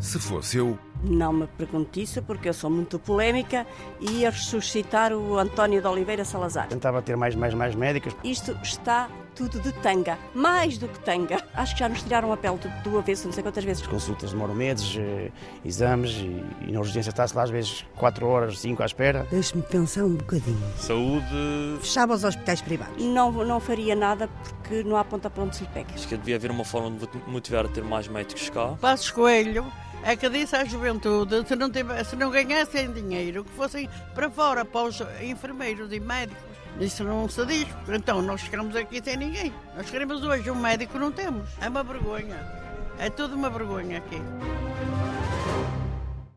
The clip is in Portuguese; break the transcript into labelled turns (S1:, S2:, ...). S1: se fosse eu.
S2: Não me pergunte isso porque eu sou muito polémica e ia ressuscitar o António de Oliveira Salazar.
S3: Tentava ter mais, mais, mais médicas.
S2: Isto está tudo de tanga, mais do que tanga. Acho que já nos tiraram a pele do, do avesso não sei quantas vezes.
S3: Consultas demoram meses, eh, exames e, e na urgência está-se lá às vezes 4 horas, 5 à espera.
S4: Deixe-me pensar um bocadinho.
S5: Saúde.
S4: Fechava os hospitais privados.
S2: Não, não faria nada porque não há ponta para onde se lhe pegue.
S5: Acho que devia haver uma forma de motivar a ter mais médicos cá.
S6: Passos Coelho é que disse à juventude se não, tive- se não ganhassem dinheiro que fossem para fora, para os enfermeiros e médicos. Isso não se diz. Então nós ficamos aqui sem ninguém. Nós queremos hoje um médico, não temos. É uma vergonha. É tudo uma vergonha aqui.